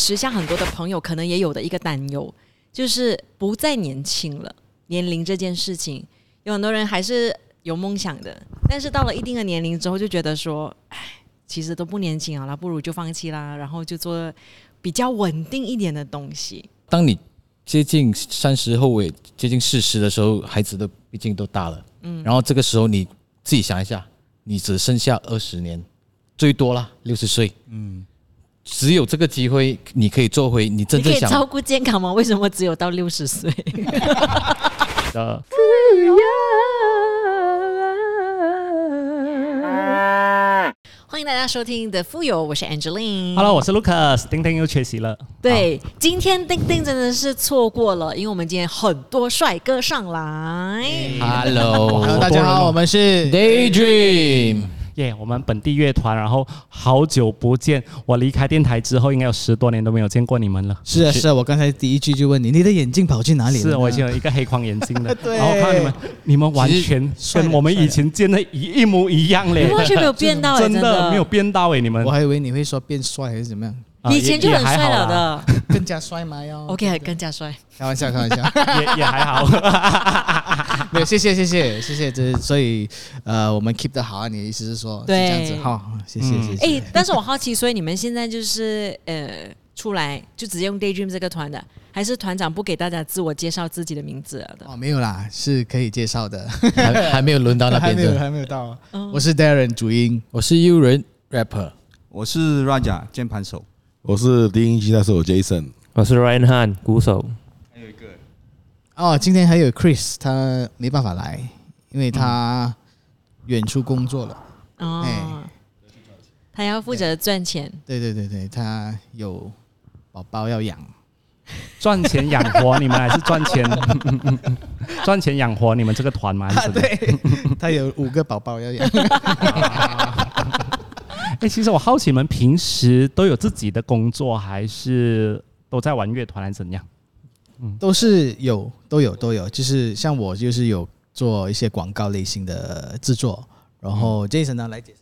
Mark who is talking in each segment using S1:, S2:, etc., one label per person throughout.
S1: 时下很多的朋友可能也有的一个担忧，就是不再年轻了，年龄这件事情，有很多人还是有梦想的，但是到了一定的年龄之后，就觉得说，哎，其实都不年轻了啦，不如就放弃啦，然后就做比较稳定一点的东西。
S2: 当你接近三十后尾、接近四十的时候，孩子都毕竟都大了，嗯，然后这个时候你自己想一下，你只剩下二十年，最多啦，六十岁，嗯，只有这个机会，你可以做回你真
S1: 你可
S2: 正
S1: 以
S2: 想
S1: 照顾健康吗？为什么只有到六十岁？
S2: 的。
S1: 欢迎大家收听《的富有》，我是 Angeline。
S3: Hello，我是 Lucas，丁丁又缺席了。
S1: 对，今天丁丁真的是错过了，因为我们今天很多帅哥上
S3: 嗯
S1: 来。
S2: Hello，
S4: Hello，大家好，我们是
S2: Daydream，
S3: 耶、我们本地乐团，然后好久不见，我离开电台之后，应该有十多年都没有见过你们了。
S4: 是啊是啊，我刚才第一句就问你，你的眼镜跑去哪里了呢？
S3: 是啊我已经有一个黑框眼镜 了，
S4: 对
S3: 然后我看到你们，你们完全
S4: 帅的
S3: 跟我们以前见的一一模一样嘞
S1: 你，完全没有变到、欸，
S3: 真
S1: 真
S3: 的没有变到哎、你们
S4: 我还以为你会说变帅还是怎么 样，
S3: 啊
S1: 以前就
S3: 也
S1: 很
S3: 也还
S1: 帅了
S3: 好啦，
S1: 的。
S4: 更加帅吗？要
S1: OK，更加帅。
S4: 开玩笑开玩 笑，
S3: 也也还好。
S4: 没有谢谢谢谢谢谢，这所以呃我们 keep 的好啊，你的意思是说是
S1: 对
S4: 这样子好，好谢谢
S3: 嗯
S4: 谢谢。
S1: 哎、但是我好奇，所以你们现在就是呃出来就直接用 Daydream 这个团的，还是团长不给大家自我介绍自己的名字了的？
S4: 哦，没有啦，是可以介绍的，
S2: 还还没有轮到那
S4: 还
S2: 边
S4: 没有
S2: 的，
S4: 还没有到。
S1: 哦
S4: 我是 Darren 主音，
S2: 我是 U 人 rapper，
S5: 我是 Raja 键盘手，
S6: 我是低音吉他手 Jason，
S7: 我是 Ryan Han 鼓手，
S5: 还有一个
S4: 哦，今天还有 Chris，他没办法来，因为他远处工作了。
S1: 哦，他要负责赚钱。
S4: 对对对对，他有宝宝 要养。
S3: 赚钱养活你们，还是赚钱 赚钱养活你们这个团吗？还是怎么样
S4: 对，他有五个宝宝要养。
S3: 哎、其实我好奇，你们平时都有自己的工作，还是都在玩乐团，还是怎样？
S4: 都是有，都有，都有。就是像我，就是有做一些广告类型的制作。然后 Jason 呢，来解释。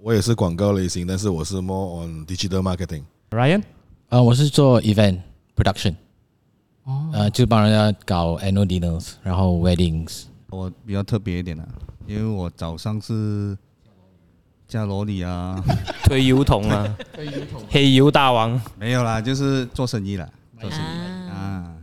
S6: 我也是广告类型，但是我是 more on digital marketing。
S3: Ryan，
S2: 啊，我是做 event production，呃，
S4: 哦
S2: 就帮人家搞 annual dinners，然后 weddings，
S5: 我比较特别一点的、因为我早上是加罗里啊，
S7: 推油桶啊，黑油大王。
S5: 没有啦，就是做生意啦，做生意
S1: 啊
S5: 啊，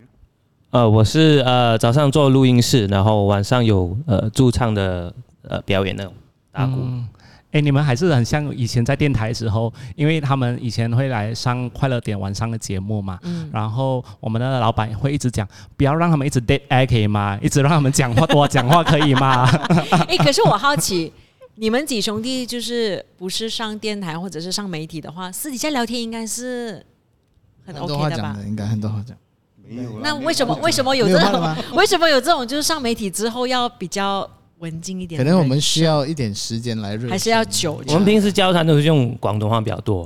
S7: 呃，我是呃早上做录音室，然后晚上有呃驻唱的呃表演那种打鼓。
S1: 嗯
S3: 哎、你们还是很像以前在电台的时候，因为他们以前会来上快乐点晚上的节目嘛，
S7: 嗯
S1: 嗯
S3: 然后我们的老板会一直讲，不要让他们一直 dead air 可以吗？一直让他们讲话多讲话可以吗？
S1: 哎、可是我好奇，你们几兄弟就是不是上电台或者是上媒体的话，私底下聊天应该是很
S4: 很多
S1: OK
S4: 话
S1: 的
S4: 讲
S1: 吧？
S4: 的，应该很多话讲。
S5: 没有
S1: 那为什么为什么有
S4: 没
S1: 这
S4: 有话了
S1: 种
S4: 吗？
S1: 为什么有这种就是上媒体之后要比较文静一点
S4: 可
S1: 的人？
S4: 能我们需要一点时间来热身，
S1: 还是要久
S7: 我们平时交谈都是用广东话比较多，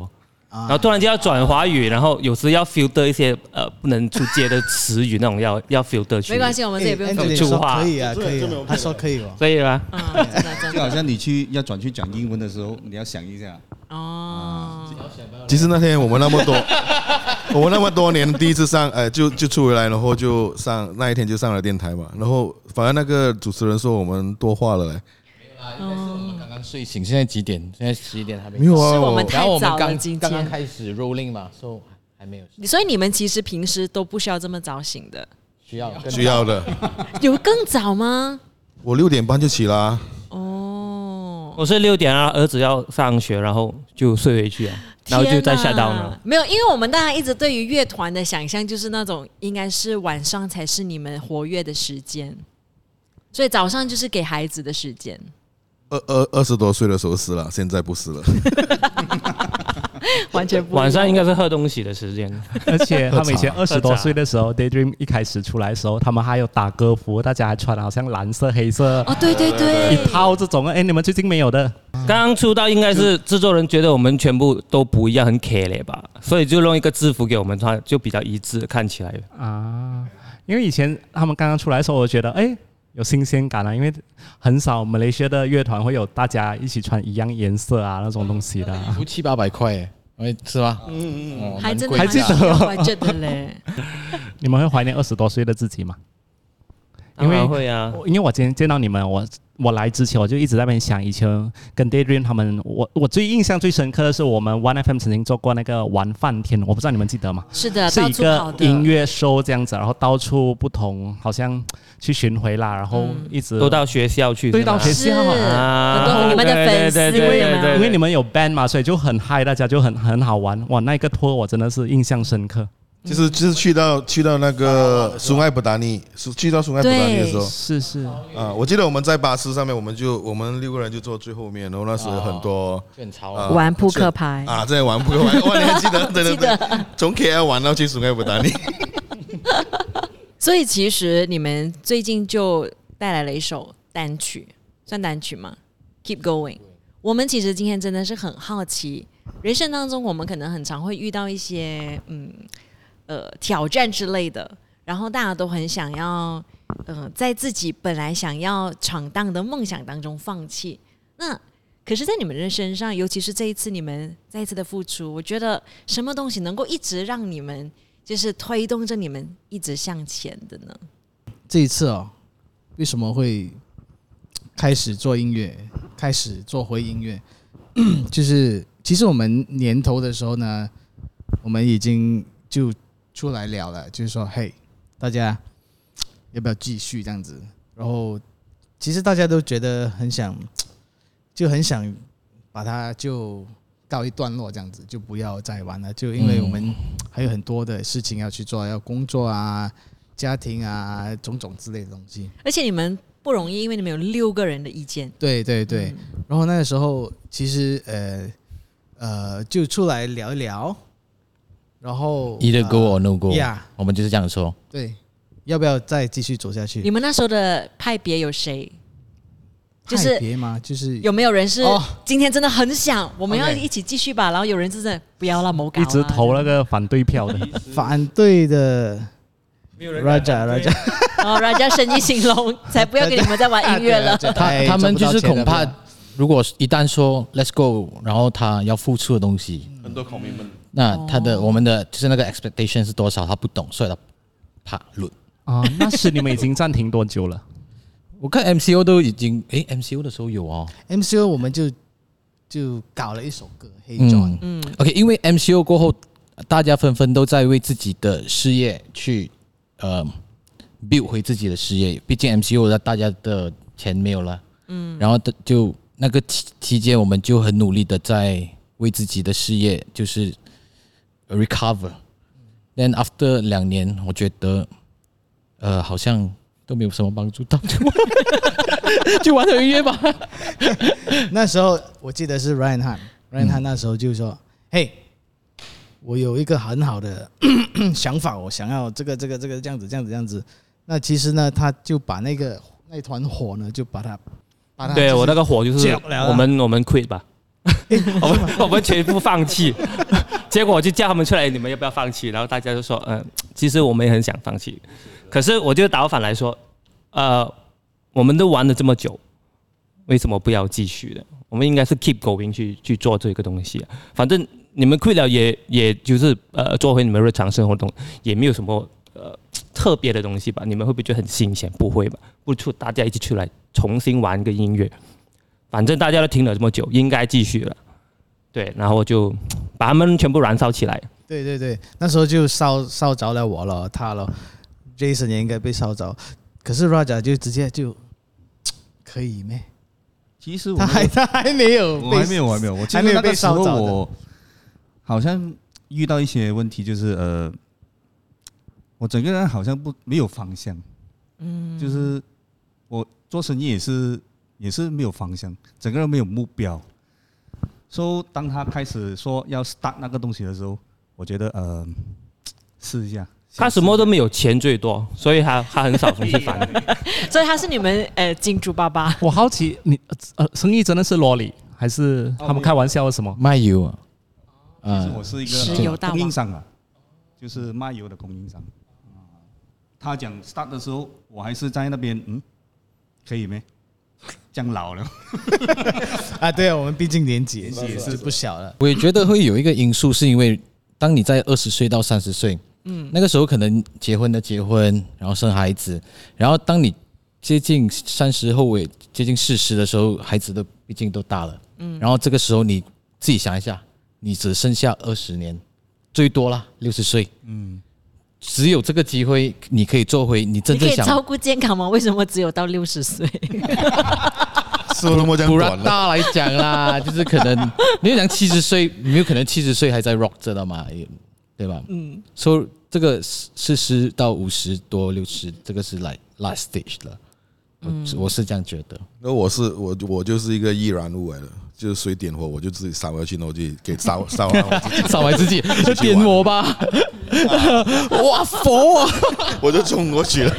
S4: 啊
S7: 然后突然间要转华语，然后有时要 filter 一些呃不能出街的词语那种要要 filter 去。
S1: 没关系，我们这也不用
S4: Anthony
S1: 懂。
S7: Angeline
S4: 说
S7: 出话
S4: 可以啊，可以啊，他说可以哦。
S7: 可以吗？
S1: 啊，真的真
S5: 就好
S1: 的
S5: 像你去要转去讲英文的时候，你要想一下，
S1: 哦，
S6: 其实那天我们那么多， 我们那么多年第一次上，呃，就就出回来，然后就上那一天就上了电台嘛，然后反而那个主持人说我们多话了嘞，
S2: 啊
S1: 哦
S2: 刚刚睡醒，现在几点？现在十一点还没
S6: 没有啊，
S1: 是我们
S2: 然后我们
S1: 太早了
S2: 刚
S1: 今天
S2: 刚刚开始 rolling 嘛，所以还没有
S1: 所以你们其实平时都不需要这么早醒的，
S2: 需要跟
S6: 需要的，
S1: 有更早吗？
S6: 我六点半就起啦、
S1: 哦，
S7: 我是六点啊，儿子要上学，然后就睡回去啊，然后就再下到
S1: 天
S7: 呢
S1: 哪。没有，因为我们大家一直对于乐团的想象就是那种应该是晚上才是你们活跃的时间，所以早上就是给孩子的时间。
S6: 二二二十多岁的时候是了，现在不是了。
S1: 完全不一样
S7: 晚上应该是喝东西的时间。
S3: 而且他们以前
S7: 喝
S3: 二
S7: 茶
S3: 十多岁的时候，Daydream 一开始出来的时候，他们还有打歌服，大家还穿得好像蓝色、黑色
S1: 哦，对对
S3: 一
S1: 对，
S3: 套这种，哎、你们最近没有的。
S7: 刚刚出道应该是制作人觉得我们全部都不一样，很 K 嘞吧，所以就弄一个制服给我们穿，就比较一致，看起来。
S3: 啊，因为以前他们刚刚出来的时候，我觉得哎、诶有新鲜感啊，因为很少 马来西亚的乐团会有大家一起穿一样颜色啊那种东西的啊、
S2: 服七八百块耶，哎，是吧？嗯嗯嗯
S1: 还真的
S3: 还
S1: 蛮
S3: 记得
S1: 需要怀旧的嘞。
S3: 你们会怀念二十多岁的自己吗？因为
S7: 当然会啊，
S3: 我因为我今天见到你们，我我来之前我就一直在那边想，以前跟 Daydream 他们，我我最印象最深刻的是我们 One FM 曾经做过那个玩饭天，我不知道你们记得吗？
S1: 是的，
S3: 是
S1: 啊到
S3: 一
S1: 处跑
S3: 个
S1: 的
S3: 音乐 show 这样子，然后到处不同，好像去巡回啦，然后
S1: 嗯
S3: 一直
S7: 都到学校去，
S3: 对
S7: 是吗
S3: 到学
S1: 是
S3: 校啊。
S7: 啊，
S1: 很多你们的粉丝
S7: 对对对对对对
S3: 因为你们有 band 嘛，所以就很嗨，大家就很很好玩。哇，那一个托我真的是印象深刻。
S6: 就是就是去到去到那
S1: 哦
S6: 个苏艾布达尼，苏去到苏艾布达尼的时候
S3: 是是，
S6: 啊，我记得我们在巴士上面，我们就我们六个人就坐最后面，然后那时候很多
S2: 卷潮
S6: 啊
S1: 玩扑克牌，
S6: 啊在玩扑克牌，哇，你还记得？对对对，从 KL 玩到去苏艾布达 尼，
S1: 所以其实你们最近就带来了一首单曲，算单曲吗？Keep going。我们其实今天真的是很好奇，人生当中我们可能很常会遇到一些嗯呃挑战之类的，然后大家都很想要呃在自己本来想要闯荡的梦想当中放弃。那可是，在你们人身上，尤其是这一次你们再一次的付出，我觉得什么东西能够一直让你们就是推动着你们一直向前的呢？
S4: 这一次哦，为什么会开始做音乐，开始做回音乐？ 就是其实我们年头的时候呢，我们已经就出来聊了，就是说，嘿，大家要不要继续这样子？然后其实大家都觉得很想，就很想把它就告一段落，这样子就不要再玩了，就因为我们还有很多的事情要去做，要工作啊。家庭啊，种种之类的东西。
S1: 而且你们不容易，因为你们有六个人的意见。
S4: 对对对，
S1: 嗯
S4: 然后那个时候其实呃呃就出来聊一聊，然后啊
S2: ，either go or no go，
S4: 呀
S2: 我们就是这样说。
S4: 对，要不要再继续走下去？
S1: 你们那时候的派别有谁？就
S4: 派
S1: 是
S4: 别吗？就是
S1: 有没有人是
S4: 哦
S1: 今天真的很想，我们要
S4: OK
S1: 一起继续吧？然后有人真的不要了，某搞啊
S3: 一直投那个反对票的，
S4: 反对的 Raja Raja，。
S1: 哦，人家生意兴隆，才不要给你们再玩音乐了
S4: 对
S2: 他
S4: 哎
S2: 他们就是恐怕
S4: 赚不到钱的，
S2: 如果一旦说 let's go，然后他要付出的东西，
S6: 很多 commitment。
S2: 那
S1: 哦
S2: 他的我们的就是那个 expectation 是多少，他不懂，所以他怕论。
S3: 啊，那时你们已经暂停多久了？
S2: 我看 MCO 都已经，诶 m c o 的时候有哦。
S4: MCO 我们就就搞了一首歌《黑 John
S2: 嗯》，嗯，OK，因为 MCO 过后，大家纷纷都在为自己的事业去呃 build 回自己的事业，毕竟 MCO 的大家的钱没有了，嗯，然后的就那个期期间，我们就很努力的在为自己的事业就是 recover。Then after 两年，我觉得呃好像都没有什么帮助到，就玩合约吧。
S4: 那时候我记得是 Ryan Han，Ryan Han 那时候就说：“嘿，我有一个很好的 想法，我想要这个这个这个这样子这样子这样子。”那其实呢，他就把那个那团火呢，就把它把它
S7: 对
S4: 就是
S7: 我那个火就是
S4: 久了啊
S7: 我们我们 quit 吧， 我们我们全部 放弃，结果我就叫他们出来，你们要不要放弃？然后大家就说，嗯、其实我们也很想放弃，可是我就倒反来说，呃，我们都玩了这么久，为什么不要继续呢？我们应该是 keep going 去去做这个东西、啊，反正你们 quit 了也也就是呃做回你们日常生活中也没有什么。呃，特别的东西吧，你们会不会觉得很新鲜？不会吧？不出大家一起出来重新玩个音乐，反正大家都听了这么久，应该继续了。对，然后我就把他们全部燃烧起来。
S4: 对对对，那时候就烧烧着了我了，他了，Jason 也应该被烧着，可是 Raja 就直接就可以没，
S5: 其实我
S4: 他还他还没有被，
S5: 我还没有，我还没有，我记
S4: 还
S5: 得
S4: 没有
S5: 那个
S4: 被
S5: 时
S4: 烧
S5: 候
S4: 着的
S5: 我好像遇到一些问题，就是呃，我整个人好像不没有方向，嗯，就是我做生意也是也是没有方向，整个人没有目标。所、so, 以当他开始说要 start 那个东西的时候，我觉得呃，试一下。
S7: 他什么都没有，钱最多，所以他他很少粉丝反应。
S1: 所以他是你们呃金主爸爸，
S3: 我好奇你呃，生意真的是萝莉还是他们开玩笑什么？
S2: 卖油啊，
S5: 其
S2: 啊
S5: 实我是一个
S1: 石
S5: 呃
S1: 油大王
S5: 供应商啊，就是卖油的供应商。啊他讲 start 的时候，我还是在那边，嗯，可以没？这样老了，
S4: 啊，对啊，我们毕竟年纪也是也是不小了，
S2: 我也觉得会有一个因素，是因为当你在二十岁到三十岁，嗯，那个时候可能结婚的结婚，然后生孩子，然后当你接近三十后尾接近四十的时候，孩子都毕竟都大了，嗯，然后这个时候你自己想一下，你只剩下二十年，最多啦六十岁，嗯，只有这个机会你可以做回你真
S1: 你可
S2: 正
S1: 以
S2: 想
S1: 照顾健康吗？为什么只有到六十岁？
S6: 是那么讲
S2: 不
S6: 短
S2: 然
S6: 了，
S2: 大来讲啦，就是可 能你就讲七十岁，你有可能七十岁还在 rock 知道吗？也对吧？嗯，所以这个四十到五十多六十，这个是 like last stage 了。我是我是这样觉得，
S6: 那我是我我就是一个易燃物来的，就是谁点火我就自己烧下去，然后就给烧烧完我自己
S2: 少来自己就点我吧， 哇佛啊！
S6: 我就冲过去了。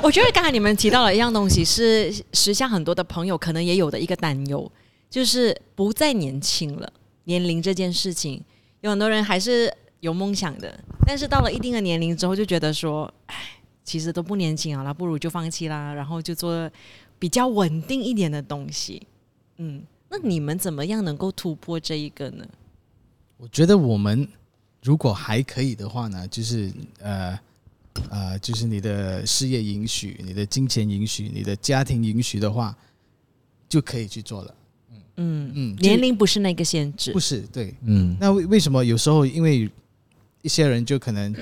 S1: 我觉得刚才你们提到了一样东西，是时下很多的朋友可能也有的一个担忧，就是不再年轻了。年龄这件事情，有很多人还是有梦想的，但是到了一定的年龄之后，就觉得说，哎，其实都不年轻了啊啦，不如就放弃啦，然后就做比较稳定一点的东西。嗯，那你们怎么样能够突破这一个呢？
S4: 我觉得我们如果还可以的话呢，就是呃呃，就是你的事业允许、你的金钱允许、你的家庭允许的话，就可以去做了。
S1: 嗯，
S4: 嗯，就
S1: 年龄不是那个限制
S4: 不，是对。
S2: 嗯，
S4: 那为为什么有时候因为一些人就可能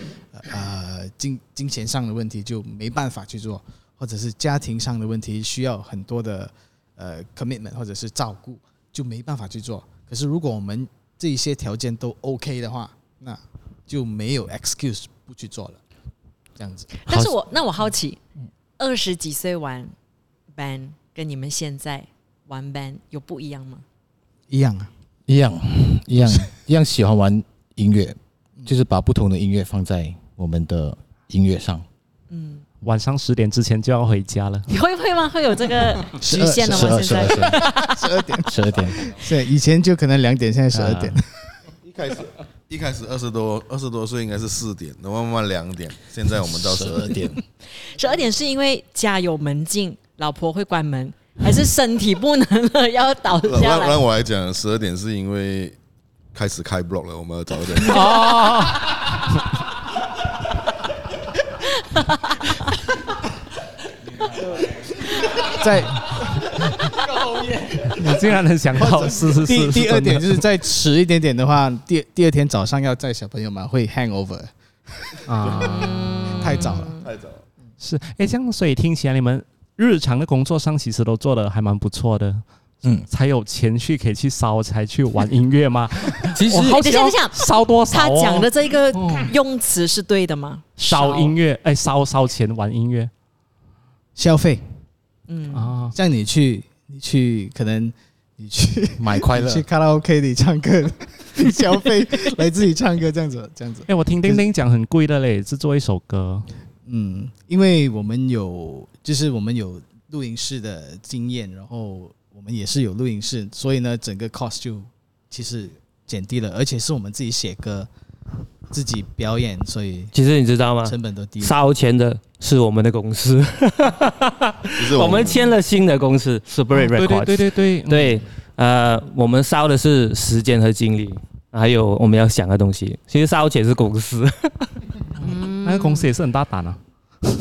S4: 呃金金钱上的问题就没办法去做，或者是家庭上的问题需要很多的呃 commitment 或者是照顾，就没办法去做。可是如果我们这一些条件都 OK 的话，那就没有 excuse 不去做了。这样子，
S1: 但是我那我好奇，二十几岁玩 band 跟你们现在玩 band 有不一样吗？
S4: 一样啊，
S2: 一样一 样一样喜欢玩音乐，就是把不同的音乐放在我们的音乐上。
S1: 嗯，
S3: 晚上十点之前就要回家 了。
S1: 你会会吗？会有这个局限了
S2: 十
S1: 吗？
S2: 二十
S1: 现
S2: 二
S1: 在
S4: 十二点，
S2: 十二点，
S4: 对，以前就可能两点，现在十二
S3: 啊
S4: 点。
S6: 一开始一开始二十多二十多岁应该是四点，然后慢慢两点，现在我们到十二点。
S1: 十二点是因为家有门禁，老婆会关门，还是身体不能了要倒
S6: 让
S1: 下
S6: 呃让
S1: 来？
S6: 让 我来讲，十二点是因为开始开 block 了，我们要早一点。
S4: 在
S3: 你竟然能想到，是是
S4: 第
S3: 是，
S4: 第
S3: 是真
S4: 二
S3: 的
S4: 点就是再迟一点点的话，第第二天早上要载小朋友嘛，会 hangover，
S3: 啊，
S4: 太早了。
S6: 太早了，
S3: 是哎，这样所以听起来你们日常的工作上其实都做的还蛮不错的，
S2: 嗯，
S3: 才有钱去可以去烧，才去玩音 乐吗？
S2: 其实
S3: 我好奇
S1: 等一
S3: 要
S1: 下等一下
S3: 烧多少、
S1: 他
S3: 哦？
S1: 讲的这个用词是对的吗？
S3: 烧音乐，哎，烧烧钱玩音乐
S4: 消费，
S1: 嗯，
S3: 啊，
S4: 像你去，你去，可能你去
S2: 买 快乐
S4: 你去卡拉 OK 里唱歌， 你消费 来自己唱歌这样子，这样子。
S3: 哎，我听丁丁讲很贵的嘞，制作一首歌，
S4: 嗯，因为我们有，就是我们有录音室的经验，然后我们也是有录音室，所以呢，整个 cost 就其实减低了，而且是我们自己写歌，自己表演，所以
S7: 其实你知道
S2: 啊
S7: 吗？
S4: 成本都低了。
S7: 烧钱的是我们的公司，
S6: 就是
S7: 我们签了新的公司 Spirit
S3: 对
S7: Records，
S3: 对对对对嗯
S7: 对，呃，我们烧的是时间和精力，还有我们要想的东西。其实烧钱是公司，
S3: 那个公司也是很大胆啊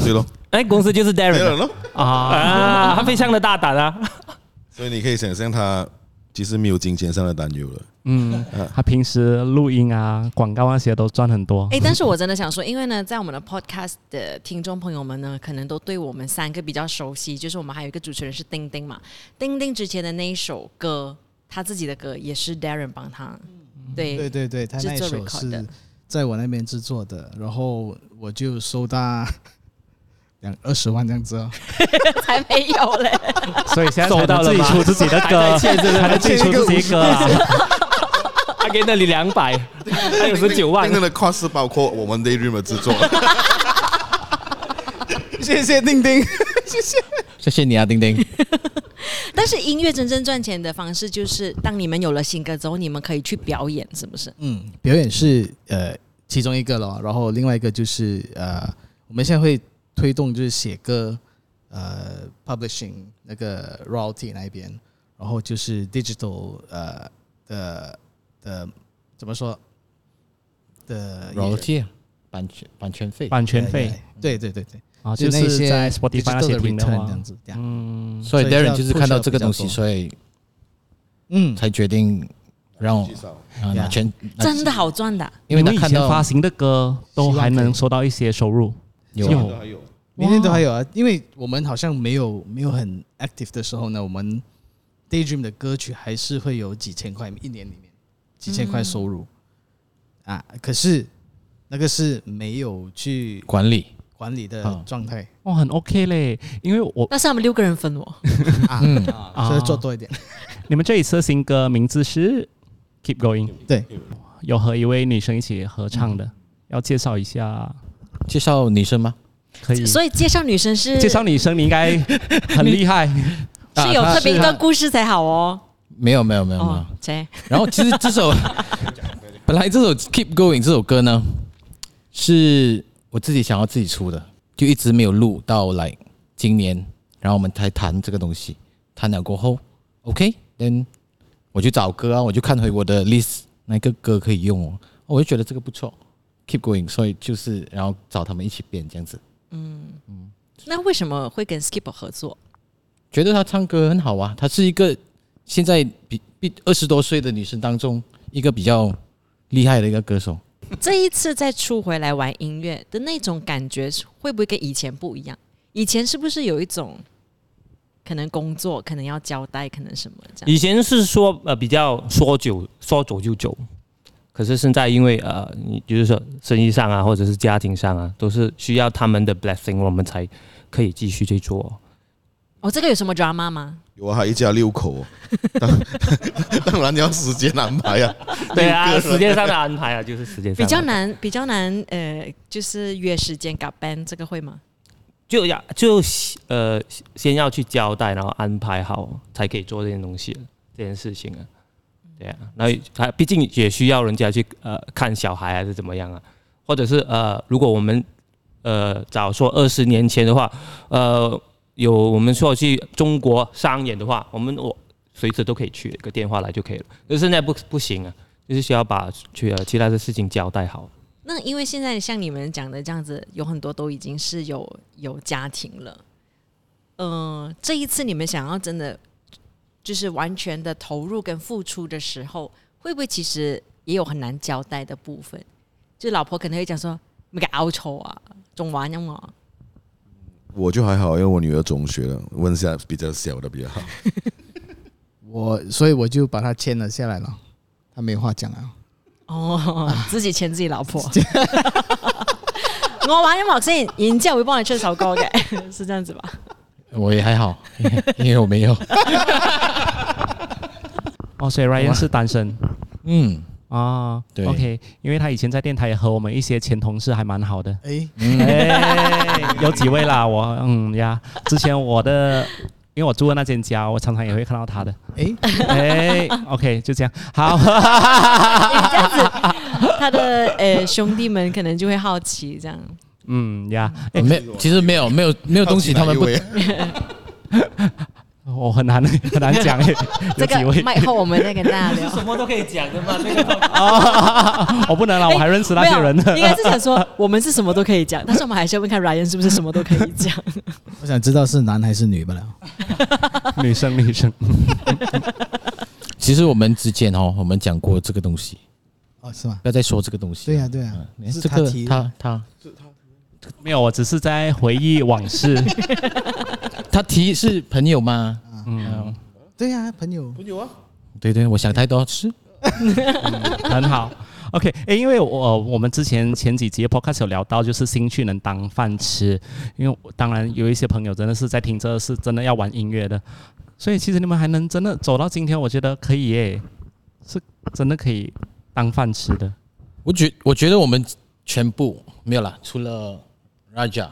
S6: 对咯，
S7: 哎，公司就是
S6: 没
S7: Darren
S6: 人咯。
S3: 啊，
S7: 啊，他非常的大胆啊。
S6: 所以你可以想象，他其实没有金钱上的担忧了。
S3: 嗯，他平时录音啊、广告那些都赚很多
S1: 哎、，但是我真的想说，因为呢，在我们的 podcast 的听众朋友们呢，可能都对我们三个比较熟悉，就是我们还有一个主持人是丁丁嘛，丁丁之前的那一首歌，他自己的歌也是 Darren 帮他，
S3: 嗯
S1: 对，
S4: 对对对，他那一
S1: 制
S4: 首
S1: 作 record 的
S4: 是在我那边制作的，然后我就收他 两二十万这样子哦。
S1: 才没有嘞，
S3: 所以现在
S7: 收
S3: 才
S7: 到
S3: 能
S7: 了
S3: 自己
S7: 吗
S3: 出自己的歌，才能自己出自己的歌啊。
S7: 他给那里两百，他有十九万
S6: 真，正的 cost 是包括我们 Daydream 的制作，
S4: 谢谢丁丁，
S2: 谢谢你啊，丁丁。
S1: 但是音乐真正赚钱的方式就是，当你们有了新歌之后，你们可以去表演，是不是？
S4: 嗯，表演是呃其中一个咯，然后另外一个就是呃，我们现在会推动就是写歌，呃 publishing 那个 royalty 那一边，然后就是 digital 呃的的怎么说的
S2: 然后贴版权版权费，
S3: 版权
S4: 哎
S3: 费，
S4: 呃对对对对，
S3: 啊，
S4: 就
S3: 就
S4: 那
S3: 是
S4: 些
S3: 在 Spotify 那
S4: digital
S3: 些
S4: 的
S3: 听的
S4: return
S3: 话
S4: 这，样子，这样
S3: 嗯，
S2: 所以
S4: 所以要
S2: Darren 就是看到这个东西，
S4: push
S2: 所以
S4: 嗯，
S2: 才决定让我
S6: 聚少
S2: 啊拿
S4: Yeah
S2: 全，拿
S1: 真的好赚的，
S2: 因为
S3: 你
S2: 他
S3: 们以
S2: 看
S3: 前发
S2: 到
S3: 行的歌都还能收到一些收入，
S2: 有
S3: 有
S2: 啊
S6: 还有
S4: 明天都还有啊，因为我们好像没有没有很 active 的时候呢，我们 Daydream 的歌曲还是会有几千块，一年里面几千块收入、啊。可是那个是没有去
S2: 管理，
S4: 管理的
S2: 啊
S4: 状态
S3: 哇，很 OK 嘞，因为我
S1: 但是他们六个人分我，
S4: 啊，
S3: 啊
S4: 所以做多一点。
S3: 你们这一次的新歌名字是 Keep Going，
S4: 对，
S3: 有和一位女生一起合唱的，要介绍一下，
S2: 介绍女生吗？
S3: 可以。
S1: 所以介绍女生是
S3: 介绍女生，你应该很厉害。
S1: 是有
S2: 啊
S1: 特别一
S2: 她
S1: 段故事才好哦。
S2: 没有没有没有没有
S1: 哦，，谁？
S2: 然后其实这首 本来这首《Keep Going》这首歌呢，是我自己想要自己出的，就一直没有录到来今年，然后我们才谈这个东西，谈了过后，OK，嗯，我去找歌啊，我就看回我的 list 哪个歌可以用哦，我就觉得这个不错，《Keep Going》，所以就是然后找他们一起编这样子，
S1: 那为什么会跟 Skip 合作？
S2: 觉得她唱歌很好啊，她是一个现在比比二十多岁的女生当中一个比较厉害的一个歌手。
S1: 这一次再出回来玩音乐的那种感觉，会不会跟以前不一样？以前是不是有一种可能工作，可能要交代，可能什么这样？
S7: 以前是说呃比较说走说走就走，可是现在因为呃，你就是说生意上啊，或者是家庭上啊，都是需要他们的 blessing，我们才可以继续去做。
S1: 哦，这个有什么 drama 吗？
S6: 有啊，还一家六口 哦，当当然要时间安排呀、啊。
S7: 对啊，时间上的安排啊，就是时间上的
S1: 比较难，比较难，呃，就是约时间搞 band 这个会吗？
S7: 就要就呃先要去交代，然后安排好才可以做这件东西啊，这件事情啊，对啊，然后他毕竟也需要人家去呃看小孩还是怎么样啊，或者是呃如果我们呃早说二十年前的话，呃有我们说去中国商演的话，我们我随时都可以去，一个电话来就可以了，可是现在不不行啊，就是需要把去呃其他的事情交代好。
S1: 那因为现在像你们讲的这样子，有很多都已经是有有家庭了。嗯、这一次你们想要真的就是完全的投入跟付出的时候，会不会其实也有很难交代的部分？就老婆可能会讲说：“你给熬丑啊，中玩用啊。
S6: 我就还好，因为我女儿中学了，问一下比较小的比较好。
S4: 我所以我就把它签了下来了，他没话讲啊。”
S1: 哦，自己牵自己老婆。我玩音樂先，然之後會幫你出首歌嘅， 是這樣子吧？
S2: 我也还好， 因为因为我没有。
S3: 哦，所以 Ryan 是单身
S2: 嗯
S3: 啊。
S2: 对
S3: OK，因为他以前在电台也和我们一些前同事还蛮好的。
S4: 哎，
S3: 哎，有几位啦？我嗯呀，之前我的，因为我住的那间家，我常常也会看到他的。
S4: 哎，
S3: 哎，OK，就这样。好，
S1: 这样子，他的呃兄弟们可能就会好奇，这样
S3: 嗯呀，哎，
S2: 没 有，其实没有，没有，没有东西，他们不
S6: 好奇哪一位
S3: 我很难很难 讲哎，有
S1: 这
S3: 几
S1: 个
S3: 位？
S1: 麦后我们再跟大家聊。
S7: 么都可以讲的嘛，这个。
S3: 哦，我不能了，我还认识那些人
S1: 没有
S3: 的
S1: 应。该是想 说我们是什么都可以讲，但是我们还是要问看 Ryan 是不是什么都可以 讲。
S4: 我想知道是男还是女不了。
S3: 女生，女生，
S2: 其实我们之间哦，我们讲过这个东西，
S4: 哦，是吗？
S2: 不要再说这个东西。
S4: 对呀、啊对呀、
S2: 嗯
S4: 是
S2: 这
S4: 他
S2: 个
S4: 提的
S2: 他他
S3: 没有，我只是在回忆往 事。
S2: 他提是朋友吗？
S3: 嗯，
S4: 对呀、朋友，
S2: 对对，我想太多是
S3: 很好。OK，哎、因为我我们之前前几集 podcast 有聊到，就是兴趣能当饭吃，因为我当然有一些朋友真的是在听这是真的要玩音乐的，所以其实你们还能真的走到今天，我觉得可以耶，是真的可以当饭吃的。
S2: 我觉我觉得我们全部没有啦，除了 Raja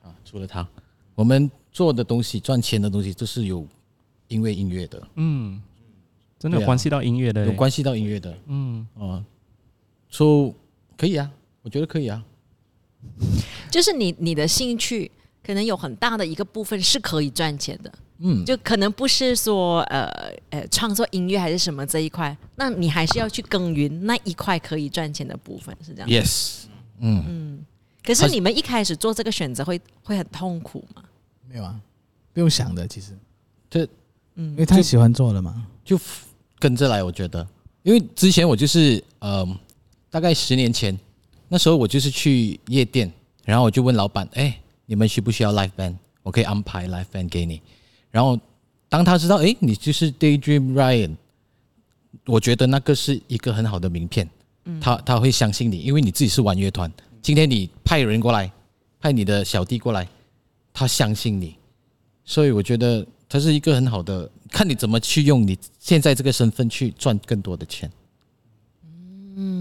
S2: 啊，除了他，我们做的东西、赚钱的东西，都是有因为音乐的，
S3: 嗯，真的有
S2: 对啊
S3: 关系到音乐的耶、
S2: 有关系到音乐的
S3: 嗯，
S2: 啊。so 可以啊，我觉得可以啊。
S1: 就是你你的兴趣可能有很大的一个部分是可以赚钱的，
S2: 嗯，
S1: 就可能不是说呃呃创作音乐还是什么这一块，那你还是要去耕耘那一块可以赚钱的部分，是这样。
S2: yes，嗯，
S1: 可是
S2: 还是
S1: 你们一开始做这个选择会会很痛苦吗？
S4: 没有啊，不用想的，其实
S2: 这
S4: 因为太喜欢做了嘛。
S2: 就跟着来，我觉得，因为之前我就是呃，大概十年前，那时候我就是去夜店，然后我就问老板，哎，你们需不需要 live band？我可以安排 live band 给你。然后当他知道，哎，你就是 Daydream Ryan，我觉得那个是一个很好的名片，他他会相信你，因为你自己是玩乐团，今天你派人过来，派你的小弟过来，他相信你，所以我觉得它是一个很好的，看你怎么去用你现在这个身份去赚更多的钱。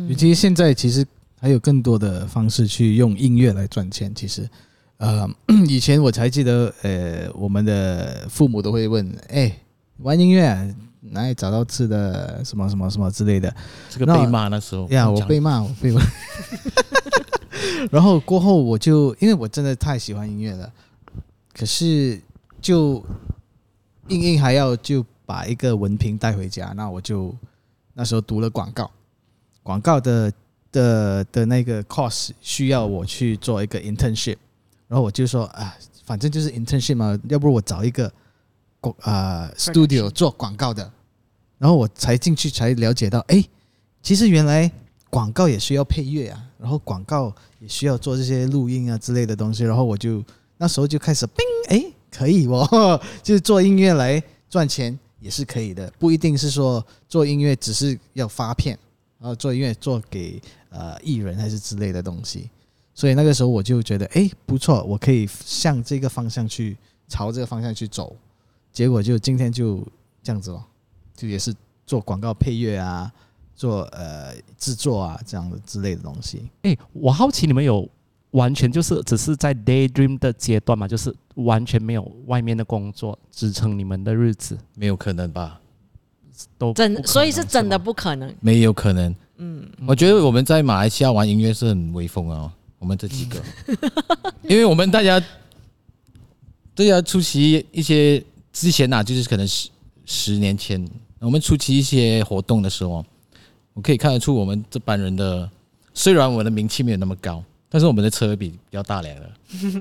S4: 以及现在其实还有更多的方式去用音乐来赚钱。其实，呃， 以前我才记得，呃，我们的父母都会问，哎，玩音乐啊哪里找到吃的，什么什么什么之类的。
S2: 这个
S4: 那
S2: 被骂那时候
S4: 呀，我
S2: 哦讲
S4: 被骂，我被骂。 然后过后我就因为我真的太喜欢音乐了，可是就硬硬还要就把一个文凭带回家，那我就那时候读了广告，广告的的的那个 course 需要我去做一个 internship，然后我就说啊，反正就是 internship 嘛，要不我找一个广啊 studio 做广告的，然后我才进去才了解到，哎，其实原来广告也需要配乐啊，然后广告也需要做这些录音啊之类的东西，然后我就那时候就开始，冰，哎，可以哦， 就是做音乐来赚钱也是可以的，不一定是说做音乐只是要发片，然后呃做音乐做给呃艺人还是之类的东西，所以那个时候我就觉得，哎，不错，我可以向这个方向去，朝这个方向去走，结果就今天就这样子咯，就也是做广告配乐啊。做呃制作啊这样的之类的东西。
S3: 哎、我好奇你们有完全就是只是在 daydream 的阶段嘛，就是完全没有外面的工作支撑你们的日子，
S2: 没有可能吧？
S3: 都不
S1: 真，
S3: 可
S1: 所以
S3: 能啊
S1: 是真的
S3: 吗
S1: 不可能。
S2: 没有可能。嗯，我觉得我们在马来西亚玩音乐是很威风啊、哦，我们这几个，因为我们大家大家出席一些之前呐、就是可能十十年前我们出席一些活动的时候哦，我可以看得出我们这班人的，虽然我的名气没有那么高，但是我们的车比比较大量了，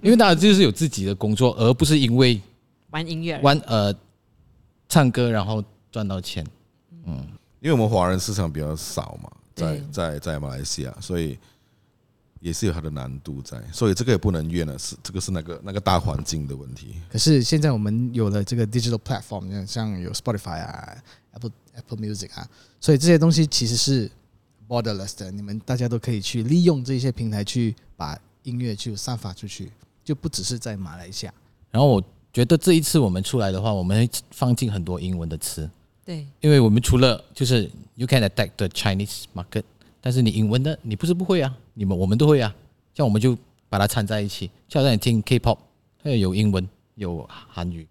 S2: 因为大家就是有自己的工作，而不是因为
S1: 玩音乐，
S2: 玩呃唱歌然后赚到钱。
S6: 因为我们华人市场比较少嘛，在
S1: 对
S6: 在在马来西亚，所以也是有它的难度在，所以这个也不能怨了，是这个是那个那个大环境的问题。
S4: 可是现在我们有了这个 digital platform，像有 Spotify 啊、Apple Apple Music 啊，所以这些东西其实是 borderless 的，你们大家都可以去利用这些平台去把音乐去散发出去，就不只是在马来西亚。
S2: 然后我觉得这一次我们出来的话，我们会放进很多英文的词，
S1: 对，
S2: 因为我们除了就是 you can attack the Chinese market，但是你英文的你不是不会啊，你们我们都会啊，像我们就把它掺在一起，就好像你听 K-pop，它也有英文有韩语，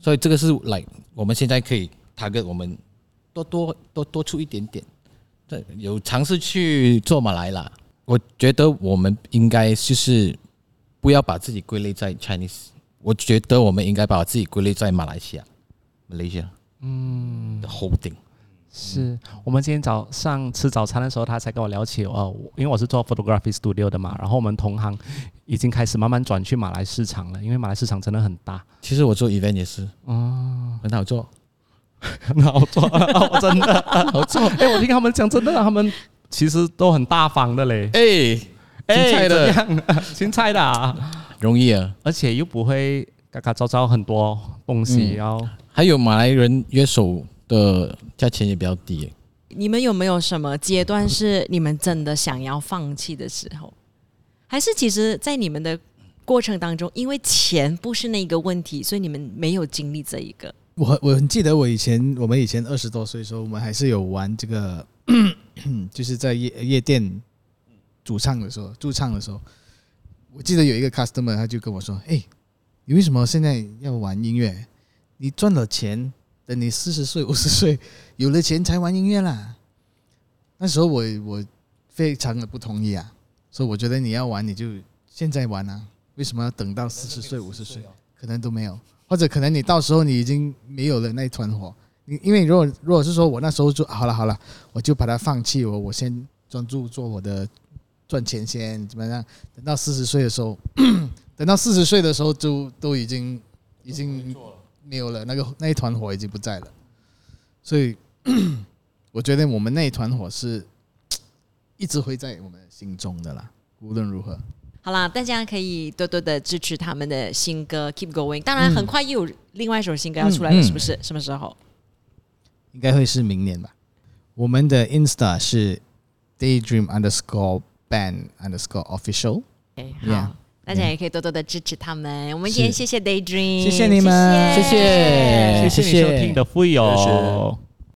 S2: 所以这个是来我们现在可以 target 我们多多多多出一点点，对，有尝试去做马来啦。我觉得我们应该就是不要把自己归类在 Chinese，我觉得我们应该把自己归类在马来西亚，Malaysia，嗯，the whole thing。
S3: 是我们今天早上吃早餐的时候，他才跟我聊起，呃，我因为我是做 photography studio 的嘛，然后我们同行已经开始慢慢转去马来市场了，因为马来市场真的很大，
S2: 其实我做 event 也是，哦，很好做，
S3: 很 好做，我真的 好做。哎、我听他们讲，真的，他们其实都很大方的 嘞，
S2: 哎，青菜
S3: 怎
S2: 的
S3: 样 青菜的、啊，
S2: 容易啊。
S3: 而且又不会嘎嘎糟糟很多东西，
S2: 嗯
S3: 然后
S2: 还有马来人乐手的价钱也比较低耶，
S1: 你们有没有什么阶段是你们真的想要放弃的时候？还是其实，在你们的过程当中，因为钱不是那一个问题，所以你们没有经历这一个。
S4: 我我很记得我以前，我们以前二十多岁的时候，我们还是有玩这个， 就是在夜夜店主唱的时候，驻唱的时候，我记得有一个 customer 他就跟我说：“哎、你为什么现在要玩音乐？你赚了钱，等你四十岁、五十岁有了钱才玩音乐啦。”那时候我我非常的不同意啊，所以我觉得你要玩你就现在玩啊，为什么要等到四十岁、五十岁？哦可能都没有，或者可能你到时候你已经没有了那一团火。你因为如果如果是说我那时候就啊好了好了，我就把它放弃，我我先专注做我的赚钱先，怎么样？等到四十岁的时候， 等到四十岁的时候就都已经已经没有了，那个那一团火已经不在了。所以 我觉得我们那一团火是一直会在我们心中的啦，无论如何。
S1: 好啦，大家可以多多的支持他们的新歌《Keep Going》。当然，很快又有另外一首新歌要出来了，
S2: 嗯嗯
S1: 是不是？什么时候？
S4: 应该会是明年吧。我们的 Insta 是 Daydream underscore Band underscore Official。
S1: OK，
S4: Yeah
S1: 好，大家也可以多多的支持他们。我们今天
S4: 是
S1: 谢谢 Daydream，
S4: 谢谢你们
S2: 哎谢谢
S3: 谢谢你收听的富有。